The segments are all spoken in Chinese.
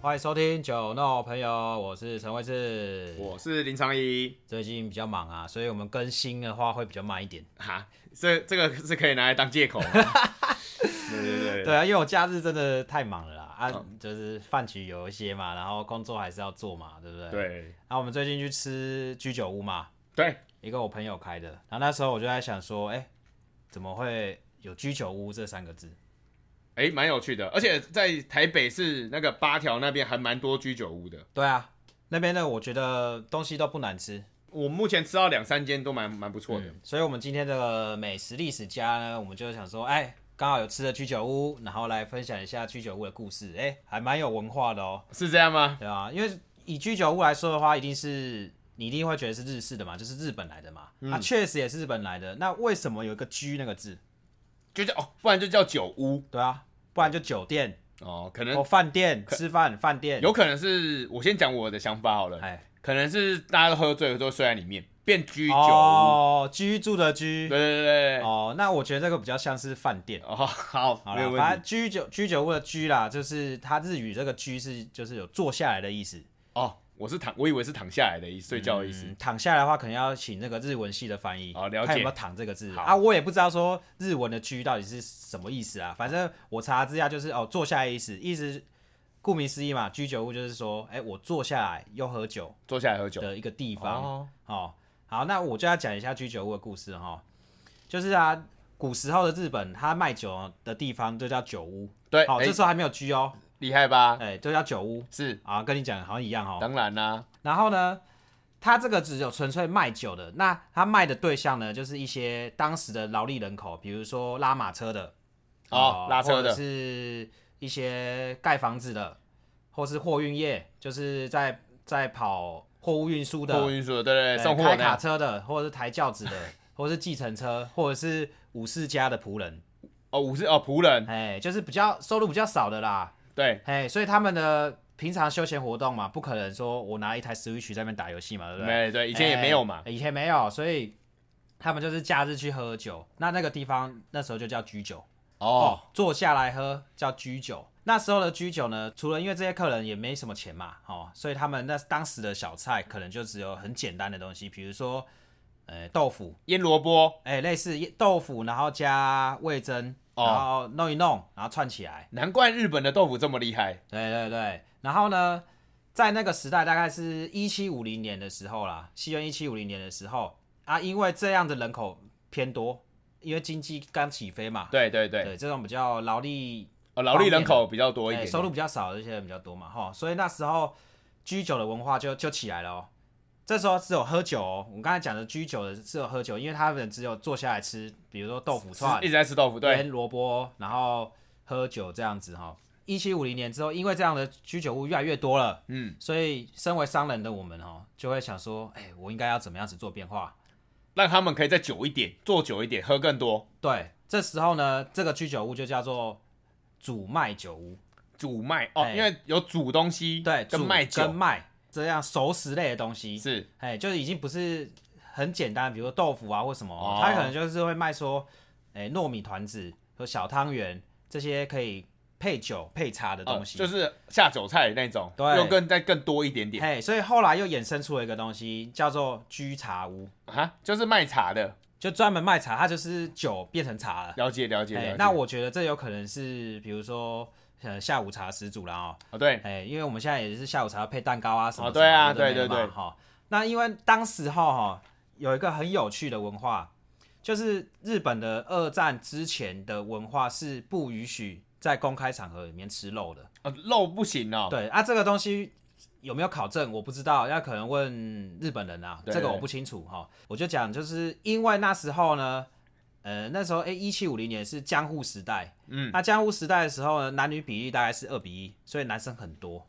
欢迎收听酒肉朋友，我是陈慧志。我是林长怡最近比较忙啊，所以我们更新的话会比较慢一点。哈，这这个是可以拿来当借口 吗？对对对对啊，因为我假日真的太忙了啦，啊嗯，就是饭局有一些嘛，然后工作还是要做嘛，对不对？。对啊，我们最近去吃居酒屋嘛，对，一个我朋友开的，然后那时候我就在想说，哎，怎么会有居酒屋这三个字？哎，蛮有趣的，而且在台北市那个八条那边还蛮多居酒屋的。对啊，那边呢，我觉得东西都不难吃，我目前吃到两三间都蛮蛮不错的，所以，我们今天的美食历史家呢，我们就想说，哎，刚好有吃的居酒屋，然后来分享一下居酒屋的故事，哎，还蛮有文化的哦，是这样吗？对啊，因为以居酒屋来说的话，一定是你一定会觉得是日式的嘛，就是日本来的嘛，嗯啊，确实也是日本来的。那为什么有一个居那个字？就叫哦，不然就叫酒屋对啊，不然就酒店哦，可或能饭店吃饭饭店，有可能是我先讲我的想法好了，哎，可能是大家都喝醉了都睡在里面变居酒屋，哦，居住的居对，对对对，哦，那我觉得这个比较像是饭店。哦好，好没有了，问反题正居酒居酒屋的居啦，就是它日语这个居是就是有坐下来的意思，哦，我是躺，我以为是躺下来的意思，睡哦觉的意思嗯，躺下来的话，可能要请那个日文系的翻译，好了解看有没有“躺”这个字好啊。我也不知道说日文的居到底是什么意思啊，反正我查资料就是哦，坐下来的意思，意思顾名思义嘛，居酒屋就是说，哎、我坐下来又喝酒坐下来喝酒。的一个地方。哦，哦，好，那我就要讲一下居酒屋的故事哈、哦，就是啊，古时候的日本，它卖酒的地方就叫酒屋，对，好、哎这时候还没有居哦，厉害吧？哎、就叫酒屋是，啊，跟你讲好像一样哦。当然啦、然后呢，他这个只有纯粹卖酒的，那他卖的对象呢，就是一些当时的劳力人口，比如说拉马车的，哦，拉车或者的，是一些盖房子的，或是货运业，就是在在跑货物运输的，货物运输的，对对呃对，送货开的卡那。车的，或者是抬轿子的，或者是计程车，或者是武士家的仆人，哦，五十哦，仆人，哎，就是比较收入比较少的啦，对，哎，所以他们的平常休闲活动嘛，不可能说我拿一台 Switch 在那边打游戏嘛，对不对？没对，以前也没有嘛。哎以前没有，所以他们就是假日去喝酒。那那个地方那时候就叫居酒哦，，坐下来喝叫居酒。那时候的居酒呢，除了因为这些客人也没什么钱嘛，哦，所以他们那当时的小菜可能就只有很简单的东西，比如说，呃，豆腐，腌萝卜，哎、类似豆腐，然后加味噌，哦然后弄一弄，然后串起来，难怪日本的豆腐这么厉害。对对对，然后呢，在那个时代，大概是一七五零年的时候啦，西元一七五零年的时候啊，因为这样的人口偏多，因为经济刚起飞嘛，对对对，这种比较劳力、哦，劳力人口比较多一哎点，收入比较少的这些人比较多嘛，哈，所以那时候居酒的文化就就起来了哦。这时候只有喝酒哦，我们刚才讲的居酒的只有喝酒，因为他们只有坐下来吃，比如说豆腐串是一，直在吃豆腐，对，腌萝卜，然后喝酒这样子哈、一七五零年之后，因为这样的居酒屋越来越多了，嗯，所以身为商人的我们哦，就会想说，哎，我应该要怎么样子做变化？让他们可以再久一点，做久一点，喝更多，对，这时候呢，这个居酒屋就叫做主卖酒屋，煮卖哦，哎因为有煮东西，对，跟主卖跟酒卖这样熟食类的东西，是哎，就是已经不是很简单，比如说豆腐啊或什么，哦他可能就是会卖说，哎，糯米团子和小汤圆这些可以配酒配茶的哦东西，就是下酒菜那种，对用更再更多一点点嘿，所以后来又衍生出了一个东西，叫做居茶屋，啊，就是卖茶的，就专门卖茶，它就是酒变成茶了。了解了解了哎解。，那我觉得这有可能是，比如说，呃，下午茶始祖啦哦，哦对，哎，因为我们现在也是下午茶要配蛋糕啊什么哦什么的、对啊有的没的对对嘛对哈、那因为当时候哈、有一个很有趣的文化，就是日本的二战之前的文化是不允许在公开场合里面吃肉的。哦肉不行哦，对啊，这个东西有没有考证我不知道，要可能问日本人啊，对这个我不清楚哈、我就讲，就是因为那时候呢，呃，那时候哎，一七五零年是江户时代，嗯，那江户时代的时候呢，男女比例大概是二比一，所以男生很多，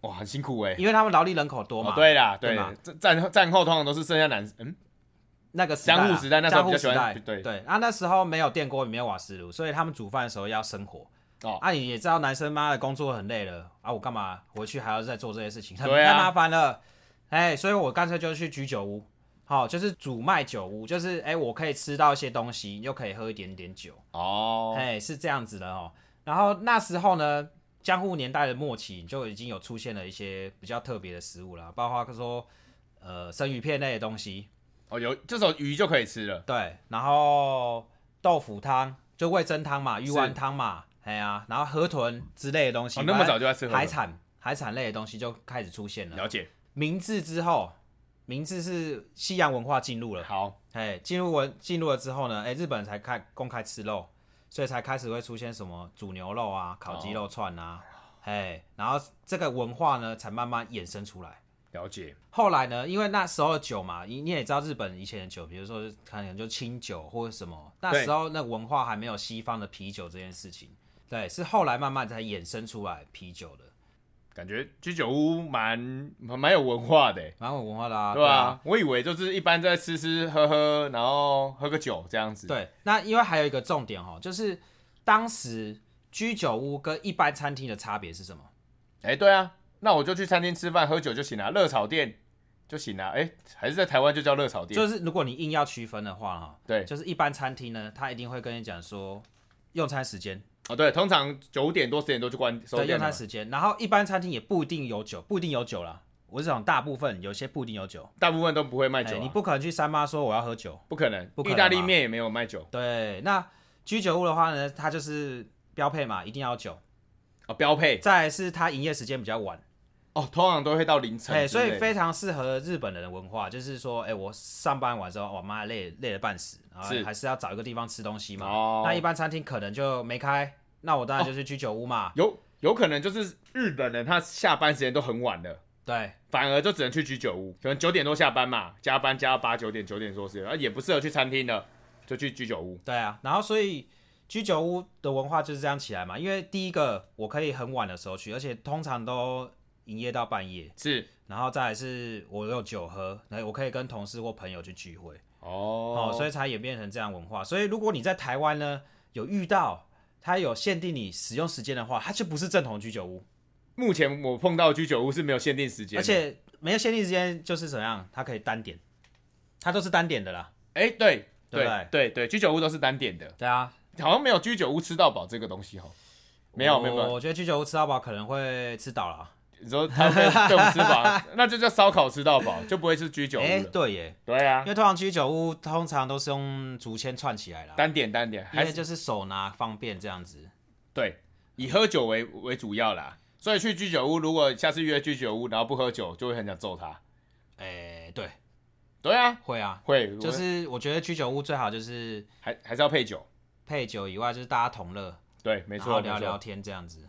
哇，很辛苦哎、因为他们劳力人口多嘛。哦，对啦，对对嘛，战战战后通常都是剩下男生，嗯，那个时代啊、江户时代那时候江户时比较喜代欢，对对，啊，那时候没有电锅，也没有瓦斯炉，所以他们煮饭的时候要生火。哦啊，你也知道男生妈的工作很累了啊，我干嘛回去还要再做这些事情，很对啊太麻烦了。哎，所以我干脆就去居酒屋，好、就是主卖酒屋，就是哎，我可以吃到一些东西，又可以喝一点点酒，哦，哎，是这样子的哦。然后那时候呢，江户年代的末期就已经有出现了一些比较特别的食物了，包括说呃生鱼片类的东西，哦，有这时候鱼就可以吃了，哦对，然后豆腐汤就味噌汤嘛，鱼丸汤嘛，哎呀、然后河豚之类的东西，哦，那么反早就在吃正河海豚，产海产类的东西就开始出现了。了解，明治之后，明治是西洋文化进入了，好，哎，进入文进入了之后呢，哎，日本才开公开吃肉，所以才开始会出现什么煮牛肉啊、烤鸡肉串啊，哦哎，然后这个文化呢才慢慢衍生出来。了解，后来呢，因为那时候的酒嘛，你你也知道日本以前的酒，比如说是可能就清酒或者什么，那时候那文化还没有西方的啤酒这件事情，对，是后来慢慢才衍生出来啤酒的，感觉居酒屋蛮蛮蛮有文化的欸，蛮有文化的啊，对吧、我以为就是一般在吃吃喝喝，然后喝个酒这样子，对，那因为还有一个重点哦，就是当时居酒屋跟一般餐厅的差别是什么？哎、对啊，那我就去餐厅吃饭喝酒就行了、热炒店就行了、哎、还是在台湾就叫热炒店，就是如果你硬要区分的话哈，对，就是一般餐厅呢，他一定会跟你讲说用餐时间，哦对，通常九点多十点多就关收对，用店了餐嘛，时间，然后一般餐厅也不一定有酒，不一定有酒啦。我是讲大部分有些不一定有酒，大部分都不会卖哎酒啊、你不可能去三妈说我要喝酒。不可能，不可意能大利嘛面也没有卖酒对，那居酒屋的话呢，它就是标配嘛，一定要有酒。哦，标配再来是它营业时间比较晚，哦，通常都会到凌晨哎、之所类的，以非常适合日本人的文化，就是说，哎、我上班完之后，我妈累累得半死，然后是还是要找一个地方吃东西嘛。哦那一般餐厅可能就没开，那我当然就去居酒屋嘛。有有可能就是日本人他下班时间都很晚了。对，反而就只能去居酒屋，可能九点多下班嘛，加班加到八九点，九点多十点，啊也不适合去餐厅的，就去居酒屋。对啊，然后所以居酒屋的文化就是这样起来嘛。因为第一个我可以很晚的时候去，而且通常都营业到半夜，是然后再来是我有酒喝，然后我可以跟同事或朋友去聚会，哦哦，所以才演变成这样文化。所以如果你在台湾呢有遇到它有限定你使用时间的话，它就不是正统居酒屋，目前我碰到的居酒屋是没有限定时间的，而且没有限定时间就是怎样，它可以单点，它都是单点的啦。哎、对对不对对对，居酒屋都是单点的，对啊，好像没有居酒屋吃到饱这个东西哈，没有没有没我有，我觉得居酒屋吃到饱可能会吃倒了。你说他们对不吃 饱，那就叫烧烤吃到饱，就不会是居酒屋了。哎、对耶，对啊因，为通常居酒屋通常都是用竹签串起来的，单点单点因还为是就是手拿方便这样子。对，以喝酒为为主要啦。所以去居酒屋，如果下次约居酒屋，然后不喝酒，就会很想揍他。哎、对，对啊，会啊，会就我是我觉得居酒屋最好就是还还是要配酒。配酒以外，就是大家同乐，对，没然错，后没聊聊错。天这样子。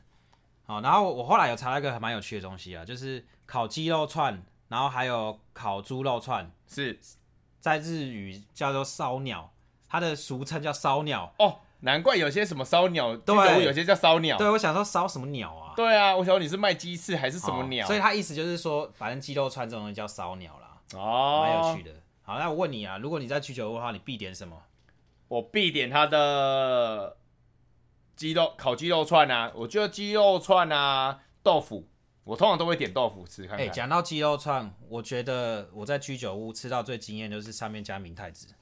好，然后我我后来有查到一个还蛮有趣的东西啊，就是烤鸡肉串，然后还有烤猪肉串，是在日语叫做烧鸟，它的俗称叫烧鸟。哦，难怪有些什么烧鸟，对居酒屋有些叫烧鸟。对，我想说烧什么鸟啊？对啊，我想你是卖鸡翅还是什么鸟？哦所以它意思就是说，反正鸡肉串这种东西叫烧鸟啦。哦，蛮有趣的。好，那我问你啊，如果你在居酒屋的话，你必点什么？我必点它的鸡肉烤鸡肉串啊，我觉得鸡肉串啊，豆腐，我通常都会点豆腐吃看哎、看。讲到鸡肉串，我觉得我在居酒屋吃到最惊艳就是上面加明太子，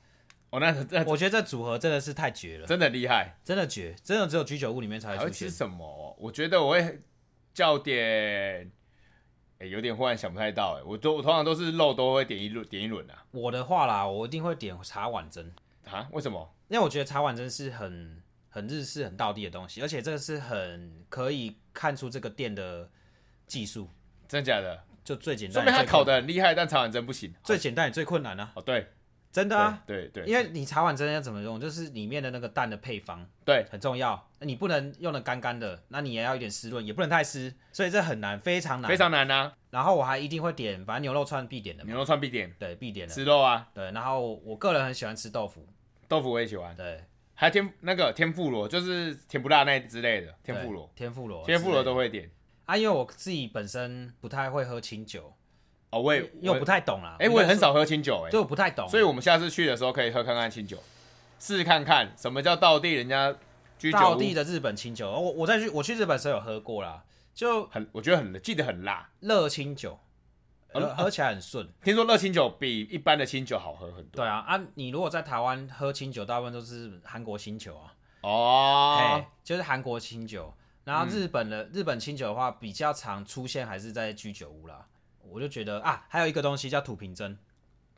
哦，那那我觉得这组合真的是太绝了，真的厉害，真的绝，真的只有居酒屋里面才还会会出吃现。什么哦？我觉得我会叫点，哎、有点忽然想不太到哎、我都我通常都是肉都会点一轮点一轮啊我的话啦，我一定会点茶碗蒸，啊？为什么？因为我觉得茶碗蒸是很很日式、很道地的东西，而且这是很可以看出这个店的技术，真假的？就最简说单，明他最困烤的很厉害，但茶碗蒸不行。啊最简单也最困难啊，哦，对真的啊，，对对，因为你茶碗蒸要怎么用，就是里面的那个蛋的配方。对很重要。你不能用的干干的，那你也要有点湿润，也不能太湿，所以这很难，非常难。非。常嗯难啊，然后我还一定会点，反正牛肉串必点的嘛，牛肉串必点，对，必点的。吃肉啊，对，然后我个人很喜欢吃豆腐，豆腐我也喜欢，对，还有天那个天妇罗，就是甜不辣那之类的天妇罗对，，天妇罗，天妇罗都会点。啊，因为我自己本身不太会喝清酒，哦，我也因为我不太懂啦。哎，我也很，少喝清酒对，哎，我不太懂，所以我们下次去的时候可以喝看看清酒，试试看看什么叫道地人家居酒道地屋，的日本清酒，我我在去我去日本的时候有喝过啦，就很我觉得很记得很辣。热清酒，哦呃喝起来很顺。听说热清酒比一般的清酒好喝很多对啊，啊，你如果在台湾喝清酒，大部分都是韩国清酒啊。哦哎，，就是韩国清酒。然后日本的、日本清酒的话，比较常出现还是在居酒屋啦。我就觉得啊，还有一个东西叫土瓶针，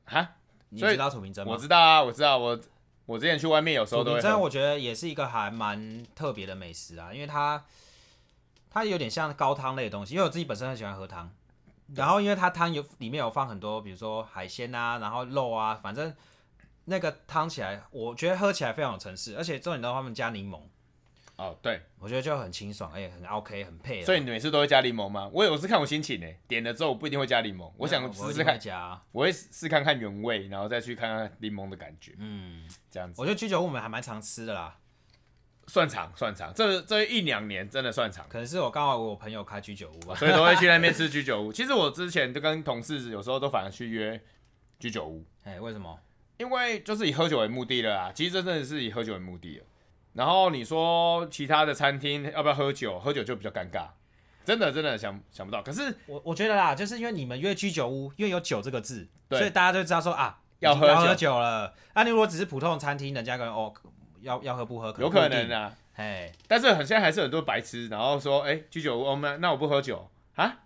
哈，你所以知道土瓶针吗啊我？知道啊，我知道，我我之前去外面有时候土都会瓶喝针我觉得也是一个还蛮特别的美食啊，因为它它有点像高汤类的东西，因为我自己本身很喜欢喝汤，然后因为它汤有里面有放很多，比如说海鲜啊，然后肉啊，反正那个汤起来，我觉得喝起来非常有层次，而且重点到他们加柠檬，哦，对，我觉得就很清爽，而且很 OK，很配啊。所以你每次都会加柠檬吗？我有时看我心情呢、点了之后我不一定会加柠檬，我想没有我试一试定会看，加啊、我会试看看原味，然后再去看看柠檬的感觉，嗯，这样子。我觉得居酒屋我们还蛮常吃的啦，算长算长，这这一两年真的算长，可能是我刚好我朋友开居酒屋 啊吧。所以都会去那边吃居酒屋。其实我之前就跟同事有时候都反而去约居酒屋，哎，为什么？因为就是以喝酒为目的了啊。其实这真的是以喝酒为目的了。然后你说其他的餐厅要不要喝酒？喝酒就比较尴尬，真的真的想想不到。可是我我觉得啦，就是因为你们约居酒屋，因为有“酒”这个字，对所以大家就知道说啊，要已经要喝酒喝酒了。啊，你如果只是普通的餐厅，人家可能哦，要要喝不喝，有可可不一定能。啊，哎，但是很现在还是很多白痴，然后说哎、居酒屋，哦那那我不喝酒啊。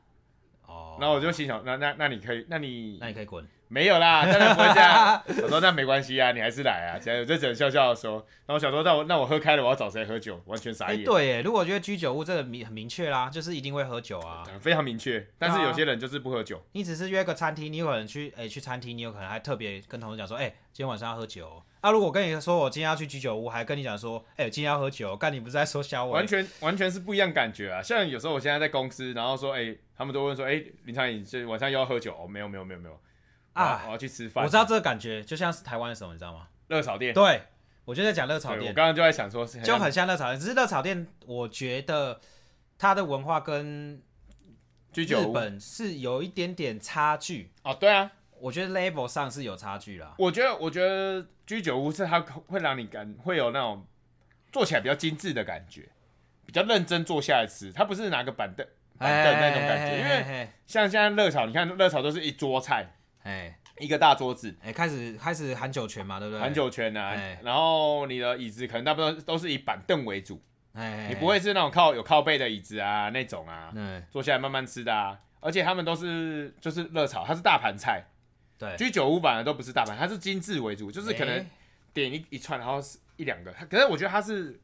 哦，然后我就心想，那那那你可以，那你那你可以 滚。哎没有啦，当然不会这 样。我说那没关系啊，你还是来啊。这样我就只能笑笑的说。然后我想说，那我那我喝开了，我要找谁喝酒？完全傻哎，眼，对耶，如果约居酒屋，这个明很明确啦，就是一定会喝酒啊。非常明确。但是有些人就是不喝酒，你只是约个餐厅，你有可能去哎、去餐厅，你有可能还特别跟同事讲说，哎、今天晚上要喝酒哦、啊，如果我跟你说我今天要去居酒屋，还跟你讲说，哎、今天要喝酒哦，干你不是在说笑我？完全完全是不一样感觉啊。像有时候我现在在公司，然后说，哎、他们都问说，哎、林昌颖，这晚上又要喝酒？哦，没有没有没有没有啊我要去吃饭。我知道这个感觉，就像是台湾的什么，你知道吗？热炒店，对，我就在讲热炒对我店，刚刚就在想说，就很像热炒店，只是热炒店，我觉得它的文化跟居日酒屋本是有一点点差距，哦，对啊，我觉得 level 上是有差距啦。我觉得我觉得居酒屋是它会让你感会有那种做起来比较精致的感觉，比较认真坐下来吃，它不是拿个板凳板凳啊那种感觉，因为为像现在热炒，你看热炒都是一桌菜，哎一个大桌子。哎，开始开始喊酒泉嘛，对不对？很，久圈啊哎，然后你的椅子可能大部分都是以板凳为主，哎，你不会是那种靠有靠背的椅子啊那种啊，嗯，坐下来慢慢吃的啊。而且他们都是就是热炒，它是大盘菜，对，居酒屋反而都不是大盘，它是精致为主，就是可能哎点一一串，然后是一两个。可是我觉得它是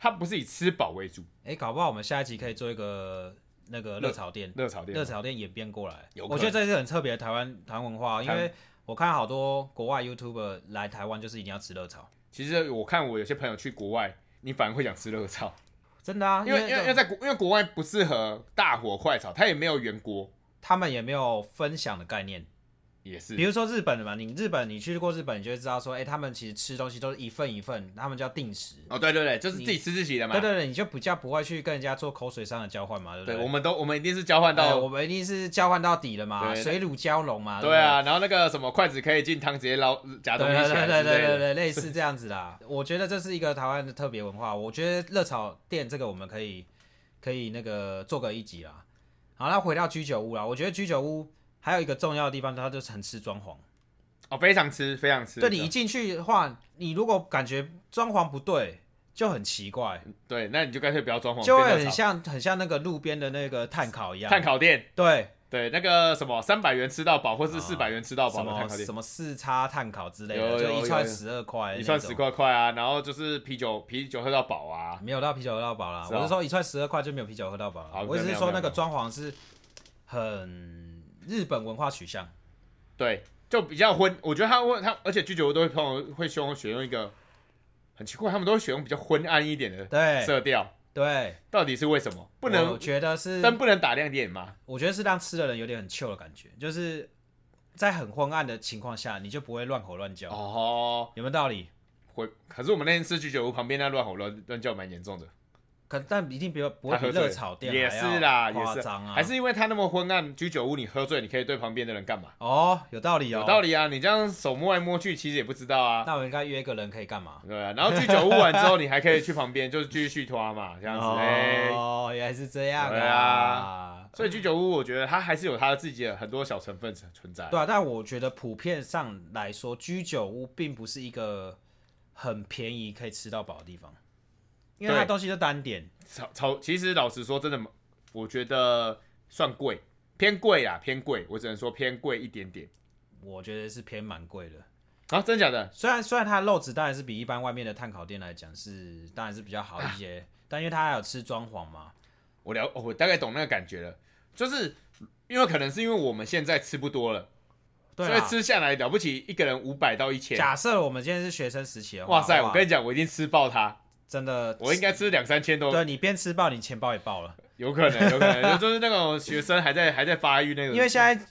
它不是以吃饱为主，哎，搞不好我们下一集可以做一个那个热炒店，热炒店热炒店演变过来，有可能我觉得这是很特别的台湾台湾文化，因台为我看好多国外 YouTuber 来台湾就是一定要吃热炒。其实我看我有些朋友去国外，你反而会想吃热炒，真的啊，因为因为因为这在国因为国外不适合大火快炒，它也没有原锅，他们也没有分享的概念。也是比如说日本的嘛，你日本你去过日本，你就会知道说，哎、他们其实吃东西都是一份一份，他们叫定时。哦，对对对，就是自己吃自己的嘛。对对对，你就比较不会去跟人家做口水上的交换嘛，对不对对？我们都我们一定是交换哎到、我们一定是交换到底了嘛，对水乳交融嘛。对啊，然后那个什么筷子可以进汤，直接捞夹不啊东对，西对起来对对之对类对对，的。类 似这样子啦。我觉得这是一个台湾的特别文化，我觉得热炒店这个我们可以可以那个做个一集啦。好，那回到居酒屋啦，我觉得居酒屋还有一个重要的地方，它就是很吃装潢。哦，非常吃，非常吃。对你一进去的话，你如果感觉装潢不对，就很奇怪，对，那你就干脆不要装潢，就会变很热炒像很像那个路边的那个炭烤一样。碳烤店。对，对，那个什么三百元吃到饱，或是啊四百元吃到饱什的碳么烤店，什么四叉炭烤之类有的，就有一串有有十二块，一串十，块块啊，然后就是啤酒啤酒喝到饱啊，没有到啤酒喝到饱啦。是哦我是说一串十二块就没有啤酒喝到饱好了。我只没是有说没有那没个有装潢是很日本文化取向， 对，就比较昏。我觉得他会他，而且居酒屋都会碰会喜欢选用一个很奇怪，他们都会选用比较昏暗一点的对色调，对，到底是为什么？不我能觉得是灯不能打亮点吗？我觉得是让吃的人有点很 chill 的感觉，就是在很昏暗的情况下，你就不会乱吼乱叫，哦，有没有道理？会。可是我们那天吃居酒屋旁边那乱吼乱乱叫蛮严重的，可但一定比不会他比喝醉热炒店也还是要啦，也夸是张啊，还是因为他那么昏暗，居酒屋你喝醉，你可以对旁边的人干嘛？哦，有道理哦，有道理。理啊，你这样手摸来摸去，其实也不知道啊。那我应该约一个人可以干嘛？对啊，然后去酒屋完之后，你还可以去旁边，就是继续拖嘛，这样子。哎、哦，原来是这样对啊啊。所以居酒屋，我觉得它还是有它自己的很多小成分存存在。对啊，但我觉得普遍上来说，居酒屋并不是一个很便宜可以吃到饱的地方。因为它东西就单点，超超，其实老实说，真的，我觉得算贵，偏贵啦，偏贵，我只能说偏贵一点点。我觉得是偏蛮贵的。啊，真的假的？虽然虽然它的肉质当然是比一般外面的碳烤店来讲是当然是比较好一些，但因为它还有吃装潢嘛，我了、哦我大概懂那个感觉了，就是因为可能是因为我们现在吃不多了，对所以啦。吃下来了不起一个人五百到一千。假设我们今天是学生时期的话，哇塞，好我不好跟你讲，我一定吃爆它，真的，我应该吃两三千都对你边吃爆，你钱包也爆了，有可能，有可能就是那种学生还在还在发育那个，因为现在。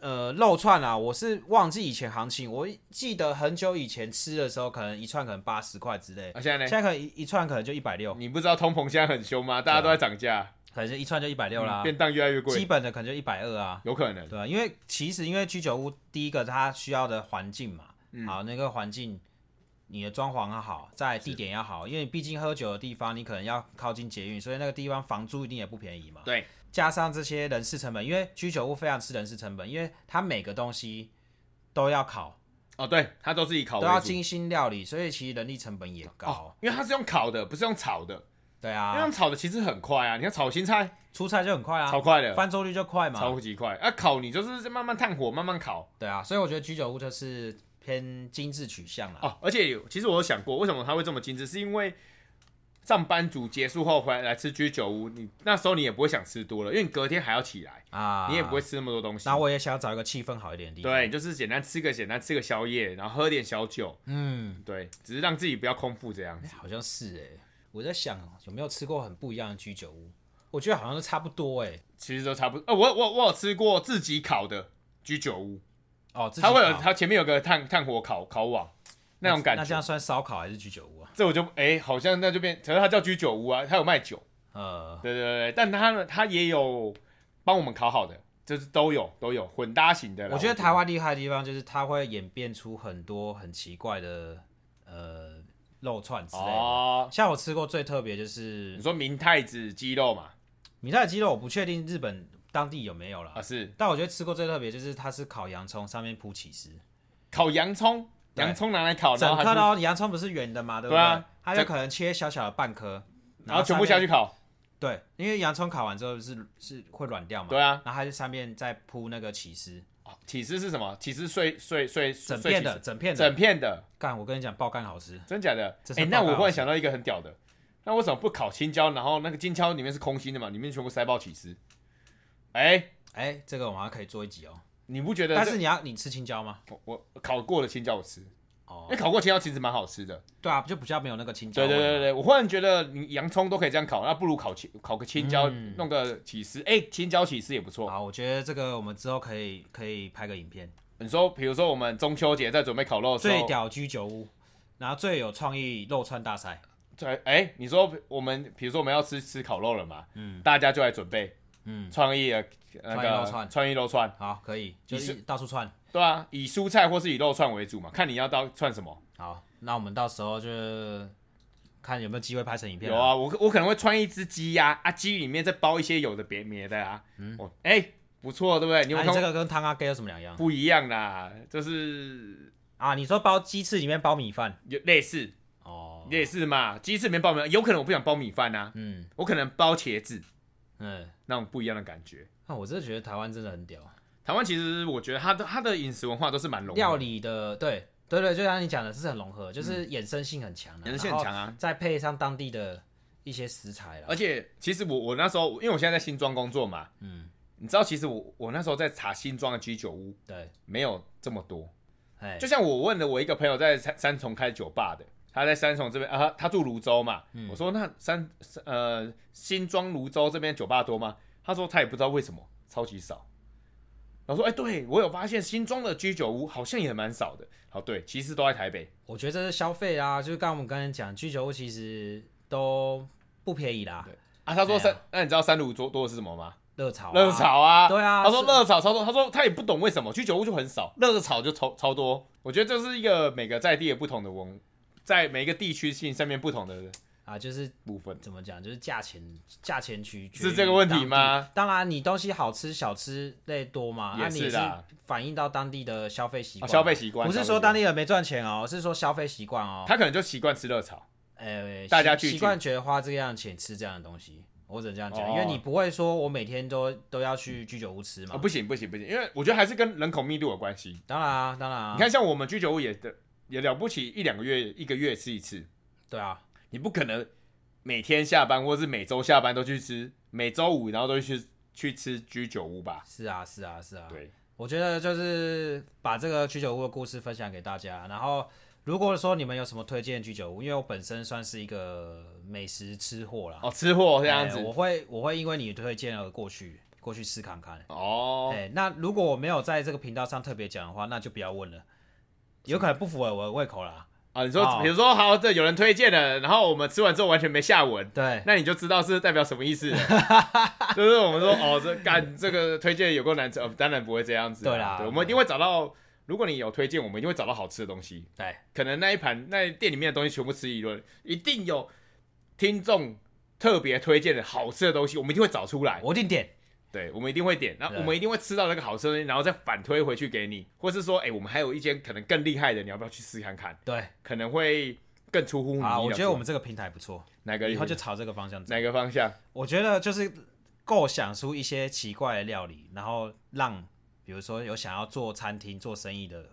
呃，肉串啊，我是忘记以前行情，我记得很久以前吃的时候，可能一串可能八十块之类，啊现现在呢，在可能一一串可能就一百六，你不知道通膨现在很凶吗？大家都在涨价，可能就一串就一百六啦，便当越来越基嗯贵，本的可能就一百二啊，有可能。对啊，因为其实因为居酒屋第一个它需要的环境嘛，嗯好那个环境，你的装潢要好，在地点要好，因为你毕竟喝酒的地方，你可能要靠近捷运，所以那个地方房租一定也不便宜嘛。对，加上这些人事成本，因为居酒屋非常吃人事成本，因为它每个东西都要烤，哦，对，它都是以烤都要为主，精心料理，所以其实人力成本也高。哦，因为它是用烤的，不是用炒的。对因为啊，用炒的其实很快啊，你看炒青菜出菜就很快啊，超快的，翻桌率就快嘛。超级快。啊，烤你就是慢慢炭火，慢慢烤对啊，所以我觉得居酒屋就是偏精致取向啦。哦。而且有其实我有想过，为什么它会这么精致，是因为上班族结束后回来来吃居酒屋，你那时候你也不会想吃多了，因为你隔天还要起来，啊，你也不会吃那么多东西然。后我也想要找一个气氛好一点的地方。，对，就是简单吃个简单吃个宵夜，然后喝点小酒，嗯，对，只是让自己不要空腹这样哎子。好像是哎、我在想有没有吃过很不一样的居酒屋，我觉得好像都差不多哎、其实都差不多。哦，我我我有吃过自己烤的居酒屋，哦，自己它会有烤它前面有个炭炭火烤烤网那种感觉。那这样算烧烤还是居酒屋啊？这我就哎、好像那就变，可是它叫居酒屋啊，它有卖酒，呃，对对对，对但它呢，它也有帮我们烤好的，就是都有都有混搭型的啦。我觉得台湾厉害的地方就是它会演变出很多很奇怪的呃肉串之类的。哦，像我吃过最特别就你是说明太子鸡肉嘛，米泰鸡肉，我不确定日本当地有没有啦，啊是但我觉得吃过最特别就是它是烤洋葱，上面铺起司。烤洋葱，对洋葱拿来烤，然整后颗还的是哦，洋葱不是圆的嘛，对不对啊它整就可能切小小的半颗，然后全部上下面。去烤，对，因为洋葱烤完之后是是会软掉嘛。对啊。然后它就上面再铺那个起司，哦起司是什么？起司碎碎碎整碎片起的，司整片的。整片的，干，我跟你讲，爆干好吃。真假的这？是哎，爆那肝我忽好然吃想到一个很屌的，那为什么不烤青椒？然后那个金椒里面是空心的嘛，里面全部塞爆起司。哎，哎，这个我们还可以做一集哦。你不觉得这？但是你要你吃青椒吗？我我烤过的青椒我吃，哦那、，烤过青椒其实蛮好吃的。对啊，就比较没有那个青椒对味嘛。对对对，我忽然觉得你洋葱都可以这样烤，那不如烤青烤个青椒，嗯弄个起司，哎、青椒起司也不错。好，我觉得这个我们之后可以可以拍个影片，你说，比如说我们中秋节在准备烤肉的时最候，屌居酒屋，然后最有创意肉串大赛。对，哎、你说我们比如说我们要吃吃烤肉了嘛，嗯，大家就来准备，嗯，创意的那创意肉个串创意肉串，好，可以，就你是到处串。对啊，以蔬菜或是以肉串为主嘛，看你要到串什么。好，那我们到时候就看有没有机会拍成影片。有，啊，我我可能会穿一只鸡呀，啊，鸡里面再包一些有的别没的啊，嗯，哦，哎、不错，对不对？你有那、没有啊你看这个跟汤阿 gay 有什么两样不一样啦，就是啊？你说包鸡翅里面包米饭有类似哦，类似嘛，鸡翅里面包米饭，有可能我不想包米饭啊，嗯我可能包茄子嗯，那种不一样的感觉。那、我真的觉得台湾真的很屌，台湾其实我觉得它的它的饮食文化都是蛮浓料的，理的对对对，就像你讲的是很融合，就是衍生性很强、啊，人嗯性很强，啊。再配上当地的一些食材啦而。且其实我我那时候因为我现在在新庄工作嘛，嗯，你知道其实我我那时候在查新庄的居酒屋对，没有这么多，哎就，像我问了我一个朋友在三三重开酒吧的，他在三重这边啊，他他住泸州嘛。嗯我说那三呃新庄泸州这边酒吧多吗？他说他也不知道为什么，超级少。然后说哎、对我有发现新庄的居酒屋好像也蛮少的。好，对，其实都在台北。我觉得这是消费啦，就是刚刚我们刚才讲居酒屋其实都不便宜啦，啊，他说对三，啊那你知道三泸多多的是什么吗？热炒啊热炒啊，对啊他说是热炒超多，他说他也不懂为什么居酒屋就很少，热炒就超超多。我觉得这是一个每个在地的不同的文，在每一个地区性上面不同的啊，就是部分。怎么讲，就是价钱价钱区是这个问题吗？当然，你东西好吃小吃类多嘛，也啊，你是啦是反映到当地的消费习啊惯、消费习惯，不是消费习说惯当地人没赚钱哦，是说消费习惯哦。他可能就习惯吃热炒，呃，大家习聚聚习惯觉得花这个样的钱吃这样的东西，我只能这样讲，哦因为你不会说我每天都都要去居酒屋吃嘛。啊，不行不行不行，因为我觉得还是跟人口密度有关系。当然啊，当然啊，你看，像我们居酒屋也的也了不起，一两个月一个月吃一次，对啊，你不可能每天下班或是每周下班都去吃，每周五然后都去去吃居酒屋吧？是啊，是啊，是啊。对，我觉得就是把这个居酒屋的故事分享给大家。然后，如果说你们有什么推荐居酒屋，因为我本身算是一个美食吃货啦，哦，吃货这样哎子，我会我会因为你的推荐而过去过去试看看。哦，哎、那如果我没有在这个频道上特别讲的话，那就不要问了，有可能不符合我的胃口啦。啊，你说，哦比如说，好，这有人推荐了，然后我们吃完之后完全没下文，对，那你就知道是代表什么意思了。就是我们说，哦，这干这个推荐有够难吃，哦，当然不会这样子啊。对啦我们一定会找到，如果你有推荐，我们一定会找到好吃的东西。对，可能那一盘那店里面的东西全部吃一轮，一定有听众特别推荐的好吃的东西，我们一定会找出来。我一定点。对，我们一定会点，然后对我们一定会吃到那个好吃的东西，然后再反推回去给你，或是说，哎、我们还有一间可能更厉害的，你要不要去试看看？对，可能会更出嗯乎你意料之好，外。我觉得我们这个平台不错，哪个以后就朝这个方向走。哪个方向？我觉得就是构想出一些奇怪的料理，然后让比如说有想要做餐厅做生意的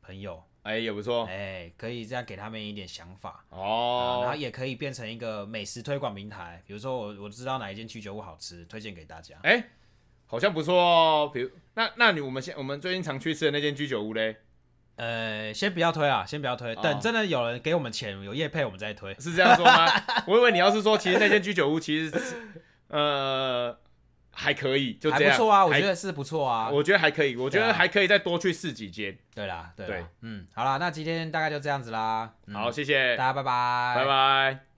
朋友，哎、也不错哎、可以这样给他们一点想法。啊然后哦。也可以变成一个美食推广平台，比如说我我知道哪一间居酒屋好吃，推荐给大家。哎、好像不错哦。比如那那你我们现我们最近常去吃的那间居酒屋嘞，呃，先不要推啊，先不要推，哦等真的有人给我们钱，有业配我们再推。是这样 说吗？我以为你要是说，其实那间居酒屋其实是呃还可以，就还这样。不错啊，我还觉得是不错啊。我觉得还可以，我觉对得啊还可以再多去试几间。对啦，对啦，对嗯，好啦，那今天大概就这样子啦。嗯好，谢谢，大家拜拜，拜拜。